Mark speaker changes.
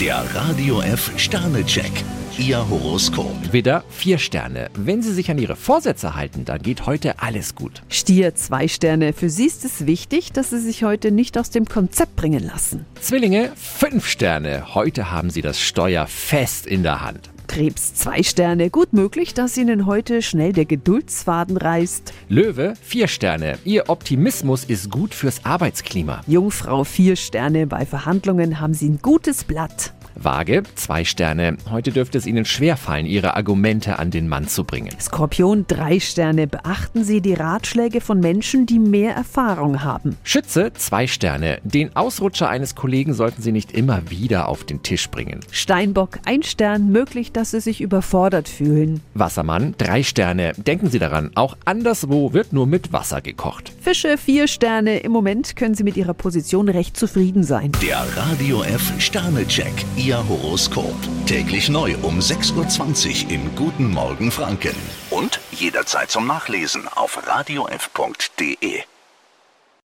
Speaker 1: Der Radio F Sternecheck. Ihr Horoskop.
Speaker 2: Widder, vier Sterne. Wenn Sie sich an Ihre Vorsätze halten, dann geht heute alles gut.
Speaker 3: Stier, zwei Sterne. Für Sie ist es wichtig, dass Sie sich heute nicht aus dem Konzept bringen lassen.
Speaker 2: Zwillinge, fünf Sterne. Heute haben Sie das Steuer fest in der Hand.
Speaker 3: Krebs, zwei Sterne. Gut möglich, dass Ihnen heute schnell der Geduldsfaden reißt.
Speaker 2: Löwe, vier Sterne. Ihr Optimismus ist gut fürs Arbeitsklima.
Speaker 3: Jungfrau, vier Sterne. Bei Verhandlungen haben Sie ein gutes Blatt.
Speaker 2: Waage, zwei Sterne. Heute dürfte es Ihnen schwerfallen, Ihre Argumente an den Mann zu bringen.
Speaker 3: Skorpion, drei Sterne. Beachten Sie die Ratschläge von Menschen, die mehr Erfahrung haben.
Speaker 2: Schütze, zwei Sterne. Den Ausrutscher eines Kollegen sollten Sie nicht immer wieder auf den Tisch bringen.
Speaker 3: Steinbock, ein Stern. Möglich, dass Sie sich überfordert fühlen.
Speaker 2: Wassermann, drei Sterne. Denken Sie daran, auch anderswo wird nur mit Wasser gekocht.
Speaker 3: Fische, vier Sterne. Im Moment können Sie mit Ihrer Position recht zufrieden sein.
Speaker 1: Der Radio F Sternecheck. Ihr Horoskop. Täglich neu um 6.20 Uhr im Guten Morgen Franken. Und jederzeit zum Nachlesen auf radiof.de.